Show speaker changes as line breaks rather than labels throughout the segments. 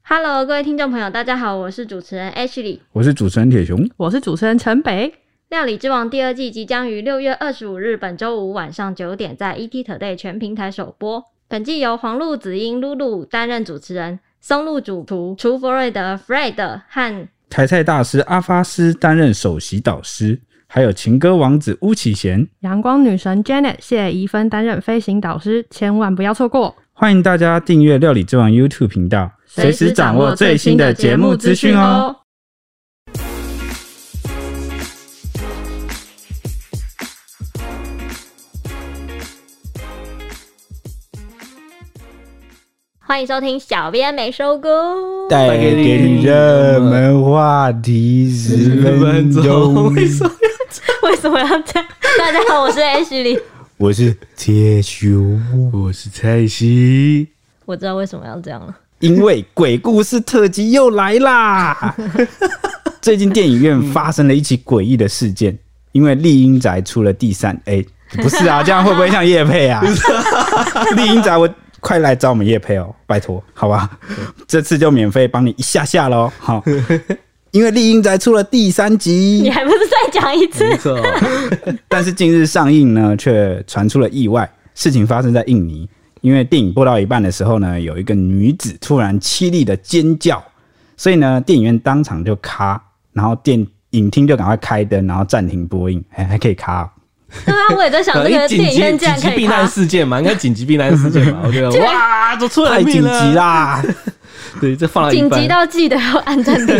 Hello，各位听众朋友，大家好，我是主持人 Ashley。
我是主持人铁熊，
我是主持人陈北。
料理之王第二季即将于六月二十五日本周五晚上九点在 ET Today 全平台首播。本季由黄璐、子英、露露担任主持人，松露主厨厨弗瑞德 Fred 和
台菜大师阿发师担任首席导师，还有情歌王子巫启贤。
阳光女神 Janet 谢怡芬担任飞行导师，千万不要错过。
欢迎大家订阅《料理之王》YouTube 频道，随时掌握最新的节目资讯哦。。
欢迎收听《小编没收工》。
带给你热门话题十分钟。
为什么要这样？大家好，我 是 Ashley。
我是铁熊，
我是蔡西，
我知道为什么要这样了。
因为鬼故事特辑又来啦！最近电影院发生了一起诡异的事件，因为丽英宅出了第三 A，不是啊，这样会不会像叶配啊？丽英宅，我快来找我们叶配哦，拜托，好吧，这次就免费帮你一下下喽，好。因为丽英宅出了第三
你
集，
还不是再讲一 次？
没错，
但是近日上映呢，却传出了意外。事情发生在印尼，因为电影播到一半的时候呢，有一个女子突然凄厉的尖叫，所以呢，电影院当场就卡，然后电影厅就赶快开灯，然后暂停播映，还还可以卡哦、
对啊，我也在想这个
紧急
电影院竟
紧
然
急
可以
避
看
难。事件嘛，应该紧急避难事件吧？我觉得哇，都 出
太
人
紧
命
急，啦！
对，这放了一
紧
半
急到记得要按暂停。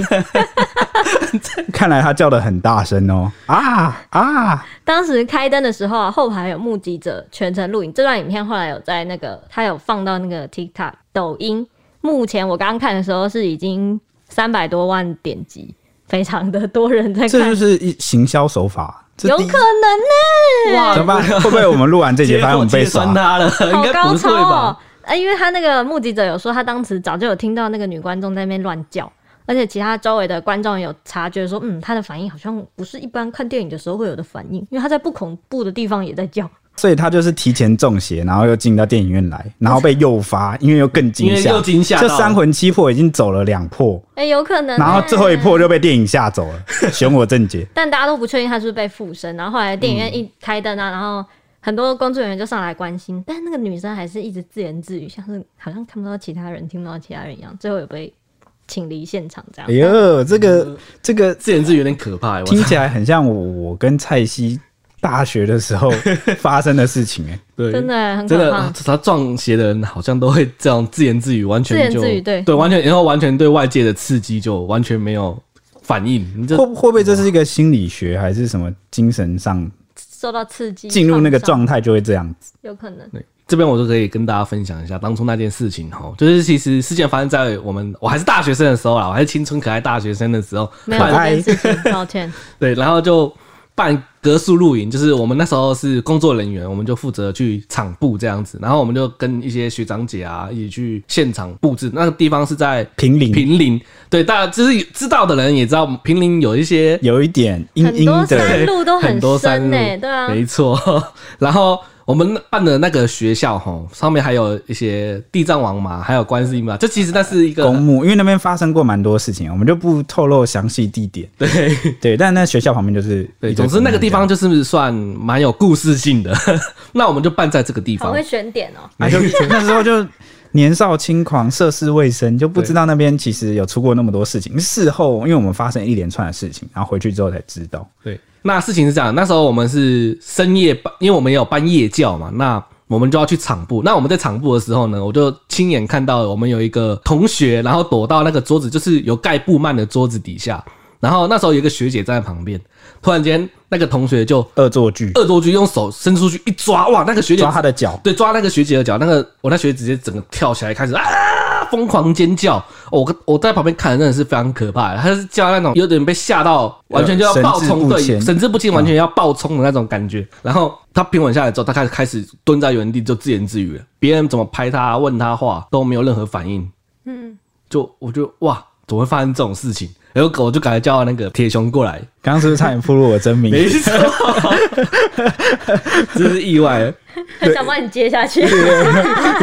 看来他叫的很大声哦，啊啊！
当时开灯的时候啊，后排有目击者全程录影，这段影片后来有在那个他有放到那个 TikTok 抖音。目前我刚刚看的时候是已经三百多万点击，非常的多人在
这就
看，
是一行销手法，这
有
第一
可能呢、
哇
怎么办？ 会不会我们录完这节发现我们被
接
耍
穿？他了，应
好
该
高
不会
超哦
吧？！
啊，因为他那个目击者有说，他当时早就有听到那个女观众在那边乱叫，而且其他周围的观众有察觉说，嗯，他的反应好像不是一般看电影的时候会有的反应，因为他在不恐怖的地方也在叫。
所以他就是提前中邪，然后又进到电影院来，然后被诱发，因为又更惊
因
吓，
为又惊吓到
这三魂七魄已经走了两魄，
哎、有可能、
然后最后一，魄就被电影吓走了，选我正解。
但大家都不确定他是不是被附身。然后后来电影
嗯
院一开灯啊，然后很多工作人员就上来关心，但那个女生还是一直自言自语，像是好像看不到其他人，听不到其他人一样。最后有被请离现场这样
哎。呦，这个这个
自言自语有点可怕，我
听起来很像我我跟蔡西大学的时候发生的事 情哎、
对
真的很可怕
真的，他撞邪的人好像都会这样自言自语，完全就
自言自语对
对，完全然后完全对外界的刺激就完全没有反应，你这
会会不会这是一个心理学还是什么精神上
受到刺激，
进入那个
创伤
状态就会这样子？
有可能。
对，这边我就可以跟大家分享一下当初那件事情哈，就是其实事件发生在我们我还是大学生的时候啦，我还是青春可爱大学生的时候，
没有
可
这
爱
件事情，抱 歉。
对，然后就办格数露营，就是我们那时候是工作人员，我们就负责去场布这样子，然后我们就跟一些学长姐啊一起去现场布置，那个地方是在
平林
平林，对，大家就是知道的人也知道平林有一些
有一点阴
很
阴
多山
的，
路都
很多山
深
路
呢、对啊，
没错。 然后我们办的那个学校吼，上面还有一些地藏王嘛，还有观世音嘛，这其实那是一
公
个。
墓，因为那边发生过蛮多事情，我们就不透露详细地点。
对
对，但那学校旁边就是
对，
一堆
总之那个地方
公
就是算蛮有故事性的， 那我们就办在这个地
好
方
会。选点哦、
墓这样， 啊就那时候就年少轻狂、涉世未深，就不知道那边其实有出过那么多事情。事后，因为我们发生一连串的事情，然后回去之后才知道。
对，那事情是这样，那时候我们是深夜办，因为我们也有办夜教嘛，那我们就要去场部。那我们在场部的时候呢，我就亲眼看到我们有一个同学，然后躲到那个桌子，就是有盖布幔的桌子底下。然后那时候有一个学姐站在旁边，突然间那个同学就
恶作剧，
恶作剧用手伸出去一抓，哇，那个学姐
抓他的脚，
对，抓那个学姐的脚，那个我那学姐直接整个跳起来，开始啊疯狂尖叫。哦我跟我在旁边看，真的是非常可怕的。她是叫那种有点被吓到，完全就要
呃神
爆
志
冲，
不
对，
清嗯
神志不清，完全要爆冲的那种感觉。然后她平稳下来之后，她开始开始蹲在原地就自言自语了，别人怎么拍她、问她话都没有任何反应。
嗯，
就我就哇，怎么会发生这种事情？然后我就赶快叫那个铁熊过 来，
刚刚是不是差点暴露我真名？
没错， 这是意外。
很想把你接下去。
因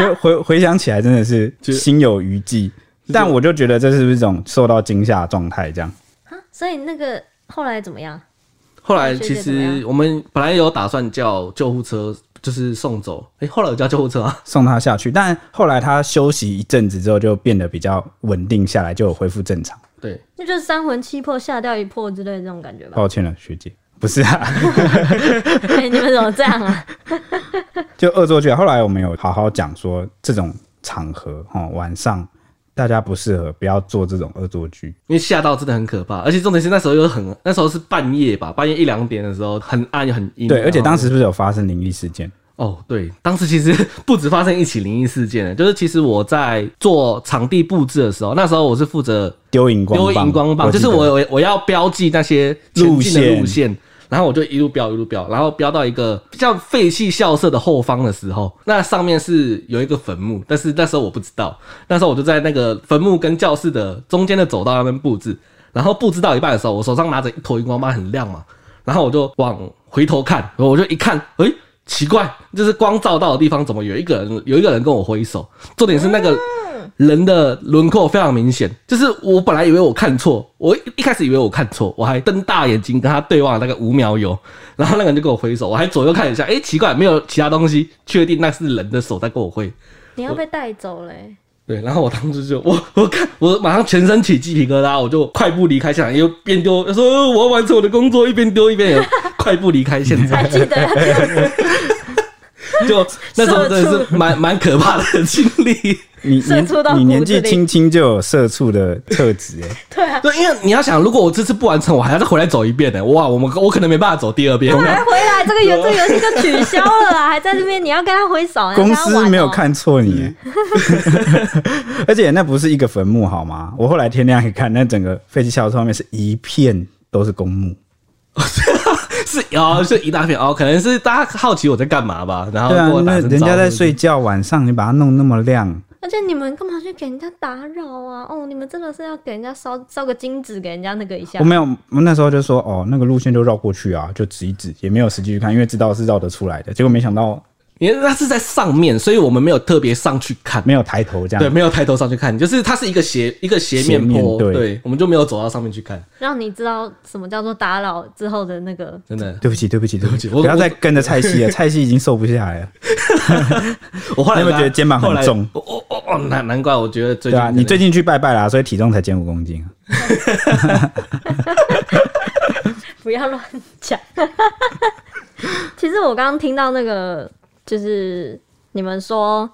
为回回想起来，真的是心有余悸。但我就觉得这是不是一种受到惊吓的状态？这样，
啊所以那个后来怎么样？
后来其实我们本来有打算叫救护车，就是送走。哎、后来有叫救护车啊？
送他下去，但后来他休息一阵子之后，就变得比较稳定下来，就有恢复正常。
对，
那就是三魂七魄吓掉一魄之类的这种感觉吧？
抱歉了，学姐，不是啊，
哎、你们怎么这样啊？
就恶作剧啊。后来我们有好好讲说，这种场合哦，晚上大家不适合，不要做这种恶作剧。
因为吓到真的很可怕，而且重点是那时候又很，那时候是半夜吧，半夜一两点的时候，很暗又很阴。
对，而且
然后
当时是不是有发生灵异事件？
哦，对，当时其实 不止发生一起灵异事件了，就是其实我在做场地布置的时候，那时候我是负责
丢荧光
丢
棒，
荧光棒，
记
就是
得
我我我要标记那些前进的
路线
路线。然后我就一路标一路标，然后标到一个比较废弃校舍的后方的时候，那上面是有一个坟墓，但是那时候我不知道，那时候我就在那个坟墓跟教室的中间的走道那边布置，然后布置到一半的时候，我手上拿着一坨荧光棒，很亮嘛，然后我就往回头看，我就一看，诶，奇怪，就是光照到的地方怎么有一个人有一个人跟我挥手，重点是那个人的轮廓非常明显，就是我本来以为我看错，我一一开始以为我看错，我还瞪大眼睛跟他对望了大概五秒有，然后那个人就跟我挥手，我还左右看一下，诶，奇怪，没有其他东西，确定那是人的手在跟我挥。
你要被带走嘞、
对，然后我当时就我我看我马上全身起鸡皮疙瘩，我就快步离开现场，又边丢说呃我要完成我的工作，一边丢一边也快步离开现场
还，记得要这样子
就那时候真
社
的是蛮蛮可怕的经历。
你你
射出到
你年
骨子
纪
里
轻轻就有社畜的特质哎、
对啊，
对，因为你要想，如果我这次不完成，我还要再回来走一遍呢、哇，我们我可能没办法走第二遍。
啊
还哎回来这个 游这个游戏就取消了啦，还在这边你要跟他挥手，你要跟
公
他玩
司
哦
没有，看错你、欸，
嗯
而且那不是一个坟墓好吗？我后来天亮一看，那整个废弃校舍后面是一片都是公墓。
是哦，是一大片哦，可能是大家好奇我在干嘛吧，然后
对啊
跟我，打
那
声招呼
人家在睡，觉，晚上你把它弄那么亮，
而且你们干嘛去给人家打扰啊？哦，你们真的是要给人家烧烧个金纸给人家那个一下
我，没有，我那时候就说哦，那个路线就绕过去啊，就指一指，也没有实际去看，因为知道是绕得出来的。结果没想到
因为它是在上面，所以我们没有特别上去看。
没有抬头这
对，
样，
没有抬头上去看，就是它是一个斜一个斜面
斜面
坡，
对
对，我们就没有走到上面去看，
让你知道什么叫做打扰之后的那个。
真的。
对不起，对不起，对不起，
对不起我
不要再跟着菜系了，菜系已经瘦不下来了。
我后来
你有没有觉得肩膀很重
后来我我我难难怪，我觉得最
对
近
啊，
可能
你最近去拜拜啦，所以体重才减五公斤啊。
不要乱讲。 其实我刚刚听到那个，就是你们说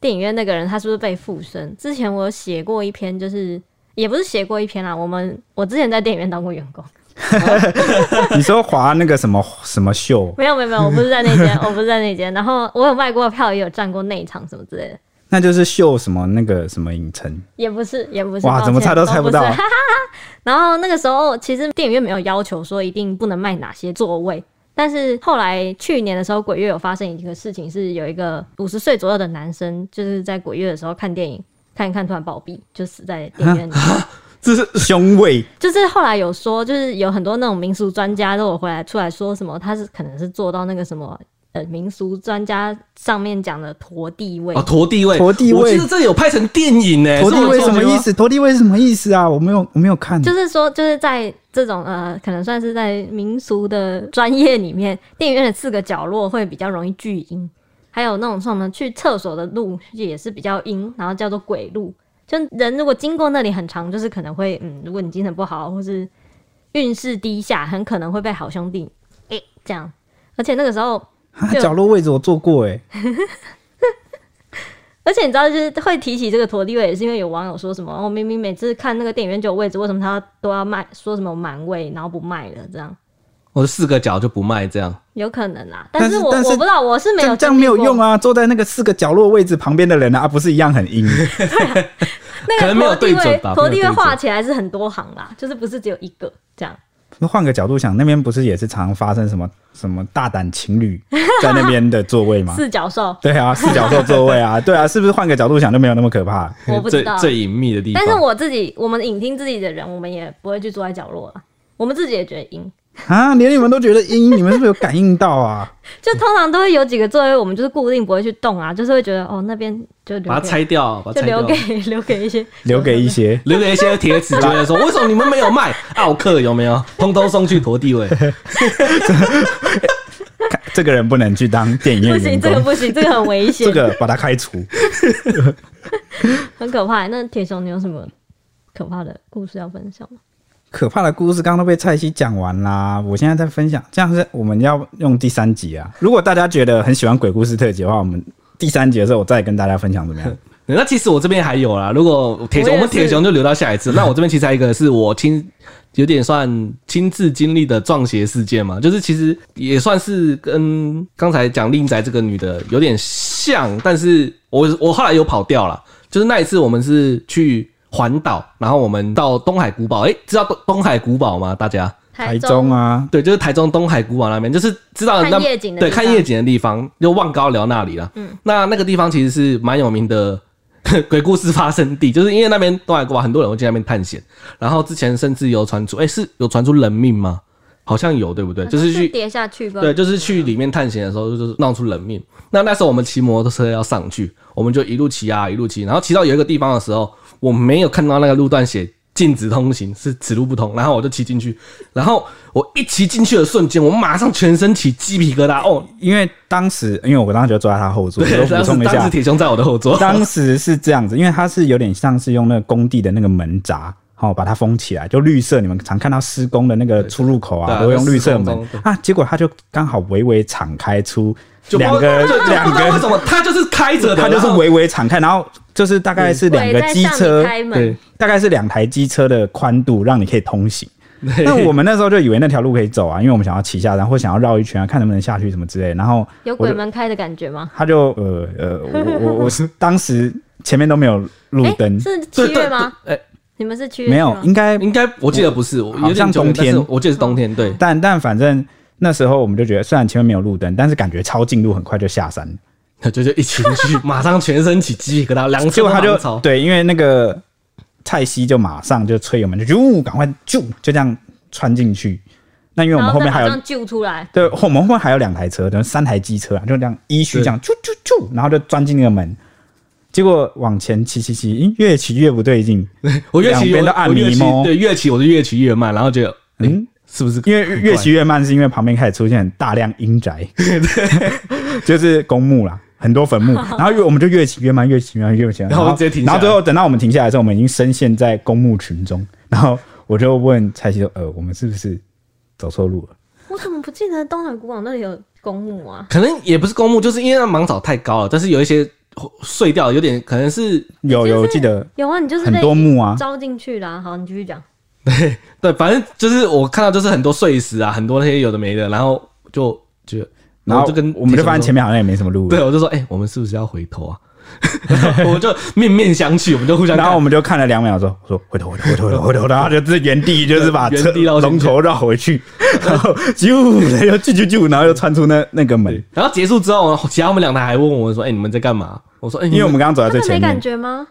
电影院那个人他是不是被附身？之前我有写过一篇，就是也不是写过一篇啦，我们我之前在电影院当过员工，
你说划那个什么什么秀，啊
没有没有没 有，我不是在那间，我不是在那间。然后我有卖过票，也有站过内场什么之类的，
那就是秀什么那个什么影城，
也不是也不是。
哇
抱歉
怎么猜都猜不到
不是 然后那个时候其实电影院没有要求说一定不能卖哪些座位。但是后来去年的时候，鬼月有发生一个事情，是有一个五十岁左右的男生，就是在鬼月的时候看电影，看一看突然暴毙，就死在电影院里。
这是凶 卫，
就是后来有说，就是有很多那种民俗专家都有回来出来说什么，他是可能是做到那个什么呃民俗专家上面讲的陀地位，
哦陀地位，
陀地位
我记得这有拍成电影呢。
投
是
地
我
位
错
哎什么
觉吗
意？思？投地位是什么意思啊？我没有，我没有看。
就是说就是在这种呃可能算是在民俗的专业里面，电影院的四个角落会比较容易聚阴，还有那种什么去厕所的路也是比较阴，然后叫做鬼路。就人如果经过那里很长，就是可能会嗯，如果你精神不好或是运势低下，很可能会被好兄弟诶、这样。而且那个时候
啊
就
角落位置我坐过哎、
而且你知道，就是会提起这个陀地位，也是因为有网友说什么哦，明明每次看那个电影院就有位置，为什么他都要卖？说什么满位，然后不卖了，这样
我四个角就不卖这样。
有可能啦。
但
是
是
我
但是
我不知道，我是没
这
有
样这样没有用
啊。
啊！坐在那个四个角落位置旁边的人啊，啊不是一样很阴？
那
可
个
能没有
陀地
对准
位
吧，
陀地
没有对
位
准
画起来是很多行啦，就是不是只有一个这样。
那换个角度想，那边不是也是常发生什么什么大胆 情侣在那边的座位吗？
四角兽，
对啊，四角兽座位 啊，对啊，是不是换个角度想就没有那么可怕？
我不知
最
道。
最隐秘的地方。
啊但是我自己，我们影厅自己的人，我们也不会去坐在角落了。我们自己也觉得阴，
啊，连你们都觉得阴，你们是不是有感应到啊？
就通常都会有几个座位，我们就是固定不会去动啊，就是会觉得哦那边就留给
把它拆掉，把它
就
拆掉
留，给留给一些
留给一些
留给一些铁子，觉得说为什么你们没有卖奥克有没有？通通送去陀地位，
看这个人不能去当电影
不
院
行，
员
这个
工，
不行，这个很 危险，
这个把他开除。
很可怕。那铁熊，你有什么可怕的故事要分享吗？
可怕的故事刚刚都被蔡西讲完啦，我现在在分享，这样是我们要用第三集啊。如果大家觉得很喜欢鬼故事特辑的话，我们第三集的时候我再跟大家分享怎 么样？
那其实我这边还有啦，如果铁熊
我也是
我们铁熊就留到下一次。那我这边其实还有一个是我亲有点算亲自经历的撞邪事件嘛，就是其实也算是跟刚才讲令仔这个女的有点像，但是我我后来有跑掉了，就是那一次我们是去环岛，然后我们到东海古堡，诶、知道东东海古堡吗？大家？
台中啊，
对，就是台中东海古堡那边，就是知道那
看夜景的
对
地方
看夜景的地方，就望高寮那里啦。嗯，那那个地方其实是蛮有名的 鬼故事发生地，就是因为那边东海古堡很多人会去那边探险，然后之前甚至有传出，哎、是有传出人命吗？好像有，对不对？就是去
跌下去吧。
对，就是
嗯
去里面探险的时候，就是闹出人命。那那时候我们骑摩托车要上去，我们就一路骑啊，一路骑，然后骑到有一个地方的时候，我没有看到那个路段写禁止通行，是此路不通，然后我就骑进去，然后我一骑进去的瞬间，我马上全身起鸡皮疙瘩。哦，
因为当时因为我当时就坐在他后座，
对，
我补
当
充
时
一
当时
下，
铁熊在我的后座，
当时是这样子，因为它是有点像是用那个工地的那个门闸。好、把它封起来，就绿色。你们常看到施工的那个出入口
对
啊，
啊
都会用绿色门
施工中
啊。结果它就刚好微微敞开出
就不
两个
就就
两
不知道为
个，
什么他就是开着的，
它就是
然后
微微敞开，然后就是大概是两
鬼
个
在
机
向
车
你，开门
对，
大概是两台机车的宽度，让你可以通行。那我们那时候就以为那条路可以走啊，因为我们想要骑下，然后想要绕一圈啊，看能不能下去什么之类。然后
有
我
鬼
就
门开的感觉吗？
他就呃呃，我我 我是当时前面都没有路
哎，
灯，
是七
对
月吗？？
对对哎，
你们是七月
没有
吗，
应该
应该我记得不是，我有
好
点
像
久远
冬天
但是我记得是冬天， 对。
但但反正那时候我们就觉得，虽然前面没有路灯，但是感觉超近路，很快就下山。
就就一群去，马上全身起鸡皮疙瘩，两
结
侧
果他就
都忙
对，因为那个蔡西就马上就吹油门，就啾，赶快啾，就这样穿进去。那因为我
然
们
后
后
再
面还
马
有
上救出来，
对，我们后面还有两台车，等于三台机车啊，就这样依序这样啾啾啾，然后就钻进那个门。结果往前骑骑骑，咦越骑越不对劲，
我越骑
两边都
我
按
我越
迷
骑
蒙
对，越骑我就越骑越慢，然后觉得
嗯，
是不是
因为越骑越慢，是因为旁边开始出现很大量阴 宅，就是公墓啦，很多 坟墓。然后越我们就越骑越慢，越骑越慢，越骑越慢，
然后直接停下
然后
来
最后等到我们停下来的时候，我们已经深陷在公墓群中。然后我就问蔡西说：“呃，我们是不是走错路了？”
我怎么不记得东海古堡那里有公墓啊？
可能也不是公墓，就是因为那芒草太高了，但是有一些碎掉了，有点可能是
有
就是
有记得
有啊，你就是
很
被
多墓啊，
招进去啦。好，你继续讲。
对，反正就是我看到就是很多碎石啊，很多那些有的没的，然后就觉得，
然后
就哦跟
我们就发现前
面，
面好像也没什么路了。
对我就说，哎、我们是不是要回头啊？ 我们就面面相觑，我们就互相
然后
看
我们就看了两秒钟，说回头回头回头回头回 头，然后就自己原地就是把
原
车
地绕圈圈
龙头绕回去，然后啾，然后又啾啾啾，然后又穿出那那个门，
然后结束之后，其他我们两台还问我们说，哎、你们在干嘛？我说，哎、你
因为
们
我们刚刚走在
他们没
最前
感
面，
觉吗？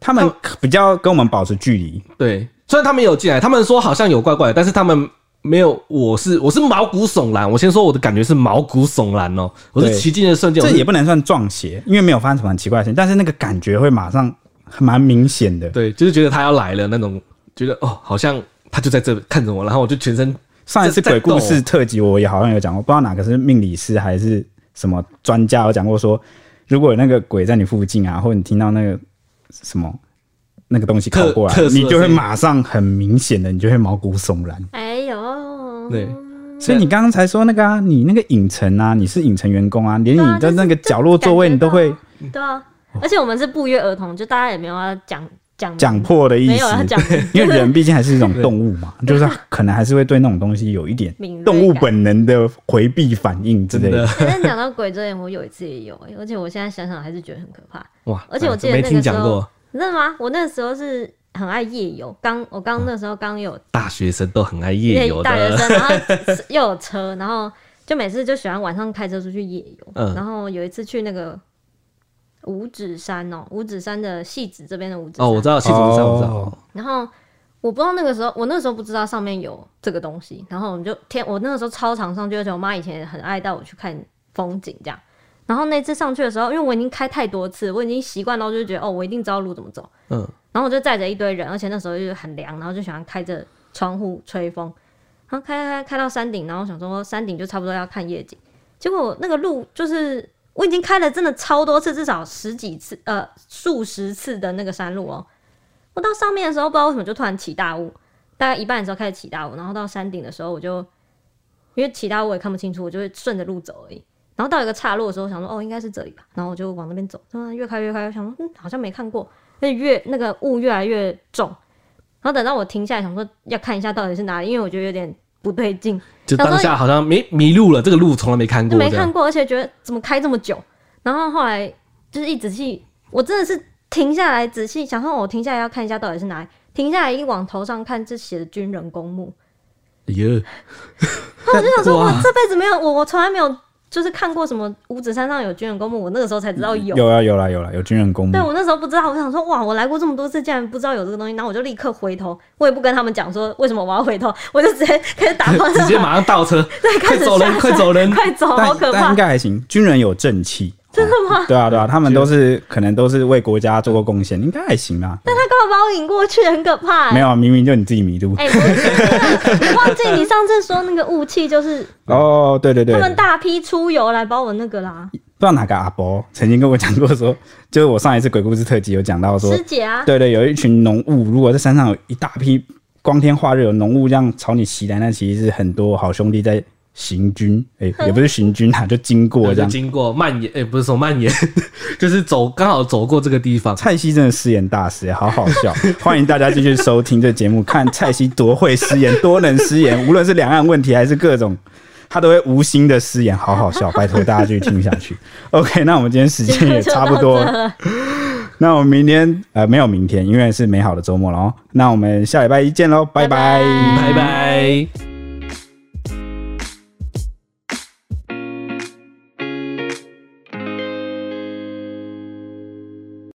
他们比较跟我们保持距离，
对，虽然他们有进来，他们说好像有怪怪的，但是他们没有。我是我是毛骨悚然，我先说我的感觉是毛骨悚然哦，我是
对
骑进的瞬间，
这
我是
也不能算撞邪，因为没有发生什么很奇怪的事情，但是那个感觉会马上蛮明显的。
对，就是觉得他要来了那种，觉得哦，好像他就在这看着我，然后我就全身
上一次
在
鬼故
在
事特辑，我也好像有讲过，不知道哪个是命理师还是什么专家有讲过说，如果有那个鬼在你附近啊，或者你听到那个什么那个东西靠过来
特特，殊的
你就会
声音
马上很明显的，你就会毛骨悚然。
哎呦，
对
所以你刚才说那个啊，你那个影城啊，你是影城员工啊，连
对啊
你的那个角落座位你都会
对啊，而且我们是不约而同，就大家也没有要讲讲
讲破 的意
没有要
思
讲。明
因为人毕竟还是一种动物嘛，就是可能还是会对那种东西有一点
敏锐
动物
感
本能的回避反应之
真
类的
的。
但讲到鬼这点，我有一次也有、欸，而且我现在想想还是觉得很可怕。
哇，呃
而且我记得
没
那
听
个
讲
时候
过，
你知道吗？我那时候是很爱夜游，刚我刚那时候刚有
大学生都很爱嗯夜 游
大学
的，
生，然后又有车，然后就每次就喜欢晚上开车出去夜游。
嗯
然后有一次去那个五指山哦、五指山的戏子这边的五指山。啊
哦，我知道，戏子不知道，我知道，
然后我不知道那个时候，我那个时候不知道上面有这个东西，然后我们就天，我那个时候超常上去，而且我妈以前也很爱带我去看风景这样。然后那次上去的时候，因为我已经开太多次，我已经习惯到就是觉得哦，我一定知道路怎么走。
嗯，
然后我就载着一堆人，而且那时候就是很凉，然后就喜欢开着窗户吹风，然后开开开开到山顶，然后想说山顶就差不多要看夜景，结果那个路就是我已经开了真的超多次，至少十几次，呃，数十次的那个山路哦。我到上面的时候，不知道为什么就突然起大雾，大概一半的时候开始起大雾，然后到山顶的时候，我就因为起大雾我也看不清楚，我就会顺着路走而已。然后到一个岔路的时候，我想说哦，应该是这里吧，然后我就往那边走，啊，越开越开，我想说嗯，好像没看过，那越那个雾越来越重。然后等到我停下来，想说要看一下到底是哪里，因为我觉得有点不对劲，
就当下好像迷迷路了，这个路从来没看
就
过，
没
这
看
样。
过，而 且觉得怎么开这么久。然后后来就是一仔细，我真的是停下来仔细想说，我停下来要看一下到底是哪里。停下来一往头上看，这写的军人公墓。
耶，
然后我就想说，
哎 哇
我这辈子没有，我我从来没有就是看过什么五指山上有军人公墓，我那个时候才知道有。
有啊有啦有啦，有军人公墓
对，我那时候不知道，我想说哇，我来过这么多次，竟然不知道有这个东西，然后我就立刻回头，我也不跟他们讲说为什么我要回头，我就直接开始打方
直
向
接
盘，
马上倒车，
对，开
快
始
走人，
下
快走人！
快走，好可
但但
怕
应！该还行，军人有正气。
真的吗？
对啊对啊，他们都是可能都是为国家做过贡献，应该还行啊。
但他刚好把我引过去，很可怕、
没有，啊，明明就你自己迷路。
哎、不是，我忘记你上次说那个雾气，就是
哦，对对对
他，们大批出游来把我那个啦，
不知道哪个阿伯曾经跟我讲过说，就是我上一次鬼故事特辑有讲到说
师，姐啊，
对对，有一群浓雾，如果在山上有一大批光天化日有浓雾这样朝你袭来，那其实是很多好兄弟在行军，哎、也不是行军啊，就经过
我
这
就
样。
经过蔓延，哎、不是说蔓延， 就是走刚好走过这个地方，
蔡西真的失言大师，好好笑！ 欢迎大家继续收听这节目，看蔡西多会失言，多能失言，无论是两岸问题还是各种，他都会无心的失言，好好笑！拜托大家继续听下去。OK，那我们 今天时间也差不多
就到这
了，
了
那我们明天呃没有明天，因为是美好的周末了哦。那我们下礼拜一见喽，拜拜
拜拜
拜拜